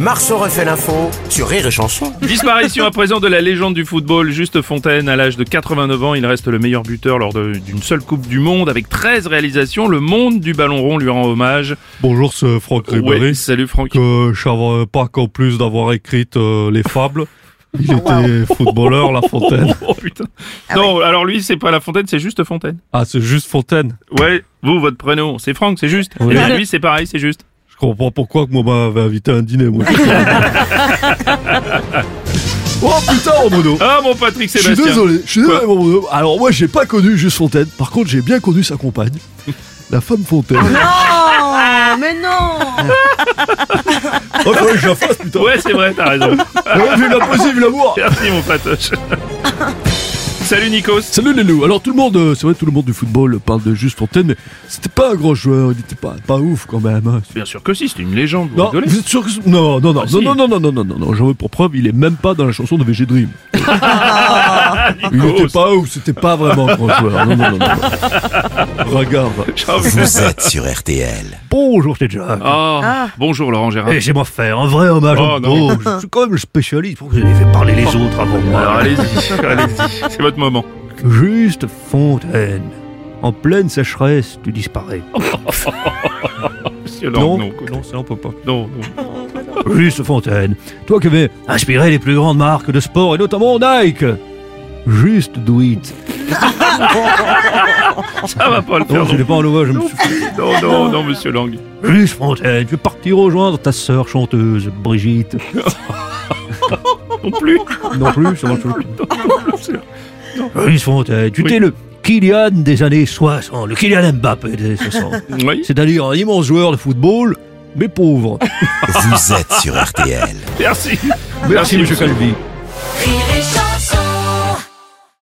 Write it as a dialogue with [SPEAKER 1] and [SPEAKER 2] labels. [SPEAKER 1] Marceau refait l'info sur Rire et Chanson.
[SPEAKER 2] Disparition à présent de la légende du football, Juste Fontaine, à l'âge de 89 ans, il reste le meilleur buteur lors de- d'une seule Coupe du Monde avec 13 réalisations. Le monde du ballon rond lui rend hommage.
[SPEAKER 3] Bonjour, c'est Franck
[SPEAKER 4] Eh ben
[SPEAKER 3] Ribéry.
[SPEAKER 2] Ouais, salut Franck.
[SPEAKER 3] Que je savais pas qu'en plus d'avoir écrit euh, les fables, il était footballeur, La Fontaine.
[SPEAKER 2] Oh, putain. non, alors lui, c'est pas La Fontaine, c'est Juste Fontaine.
[SPEAKER 3] Ah, c'est juste Fontaine.
[SPEAKER 2] Ouais, vous, votre prénom, c'est Franck, c'est juste.
[SPEAKER 3] Oui.
[SPEAKER 2] Et bien, lui, c'est pareil, c'est juste.
[SPEAKER 3] Je comprends pourquoi que moi m'avait invité à un dîner, moi. oh putain, Romodo
[SPEAKER 2] Ah, mon Patrick
[SPEAKER 4] Je suis
[SPEAKER 2] Sébastien.
[SPEAKER 4] désolé, je suis désolé, mon Bruno. Alors, moi, j'ai pas connu Juste Fontaine. Par contre, j'ai bien connu sa compagne, la femme Fontaine.
[SPEAKER 5] Non, mais non
[SPEAKER 4] Oh, fallait que je la fasse, putain.
[SPEAKER 2] Ouais, c'est vrai, t'as raison.
[SPEAKER 4] Ouais, vive la poésie, vive l'amour.
[SPEAKER 2] Merci, mon patoche. Salut, Nikos.
[SPEAKER 4] Salut les loups. Alors, tout le monde, euh, c'est vrai, tout le monde du football parle de Juste Fontaine, mais c'était pas un grand joueur. Il était pas, pas ouf quand même. hein.
[SPEAKER 2] Bien sûr que si, c'est une légende, vous
[SPEAKER 4] Non,
[SPEAKER 2] rigolez.
[SPEAKER 4] vous êtes sûr que c'est- non, non, non,
[SPEAKER 2] Ah,
[SPEAKER 4] non,
[SPEAKER 2] si.
[SPEAKER 4] non, non, non, non, non, non, non, j'en veux pour preuve, il est même pas dans la chanson de VG Dream.
[SPEAKER 3] Ah,
[SPEAKER 4] il
[SPEAKER 3] oh,
[SPEAKER 4] était pas ouf, c'était pas vraiment un grand joueur. Non, non, non, non. Regarde. Ah.
[SPEAKER 1] Vous êtes sur RTL.
[SPEAKER 3] Bonjour, c'est Jack.
[SPEAKER 2] Oh, bonjour, Laurent Gérard.
[SPEAKER 3] Et j'aimerais faire un vrai hommage
[SPEAKER 2] Oh, non.
[SPEAKER 3] au Bordeaux. Je suis quand même spécialiste, faut que je les fait parler les autres avant moi.
[SPEAKER 2] Alors, allez-y, allez-y. C'est votre moment.
[SPEAKER 3] Juste Fontaine. En pleine sécheresse, tu disparais.
[SPEAKER 4] Oh,
[SPEAKER 2] Monsieur Laurent, non, écoute.
[SPEAKER 3] non, ça on peut pas.
[SPEAKER 2] non, non.
[SPEAKER 3] Juste Fontaine, toi qui avais inspiré les plus grandes marques de sport et notamment Nike. Juste Douit.
[SPEAKER 2] Ça va pas le
[SPEAKER 3] Non,
[SPEAKER 2] faire.
[SPEAKER 3] je n'ai pas en hommage, je me suis
[SPEAKER 2] bah, Non, non, non, monsieur Lang.
[SPEAKER 3] Juste Fontaine, tu es parti rejoindre ta sœur chanteuse, Brigitte.
[SPEAKER 2] Non plus.
[SPEAKER 3] Non plus, ça marche toujours
[SPEAKER 2] sûr.
[SPEAKER 3] pas. Juste Fontaine, tu
[SPEAKER 2] Oui.
[SPEAKER 3] t'es le Kylian des années 60, le Kylian Mbappé des années 60.
[SPEAKER 2] Oui.
[SPEAKER 3] C'est-à-dire un immense joueur de football, mais pauvre.
[SPEAKER 1] Vous êtes sur RTL.
[SPEAKER 2] Merci.
[SPEAKER 3] Merci, monsieur Calvi.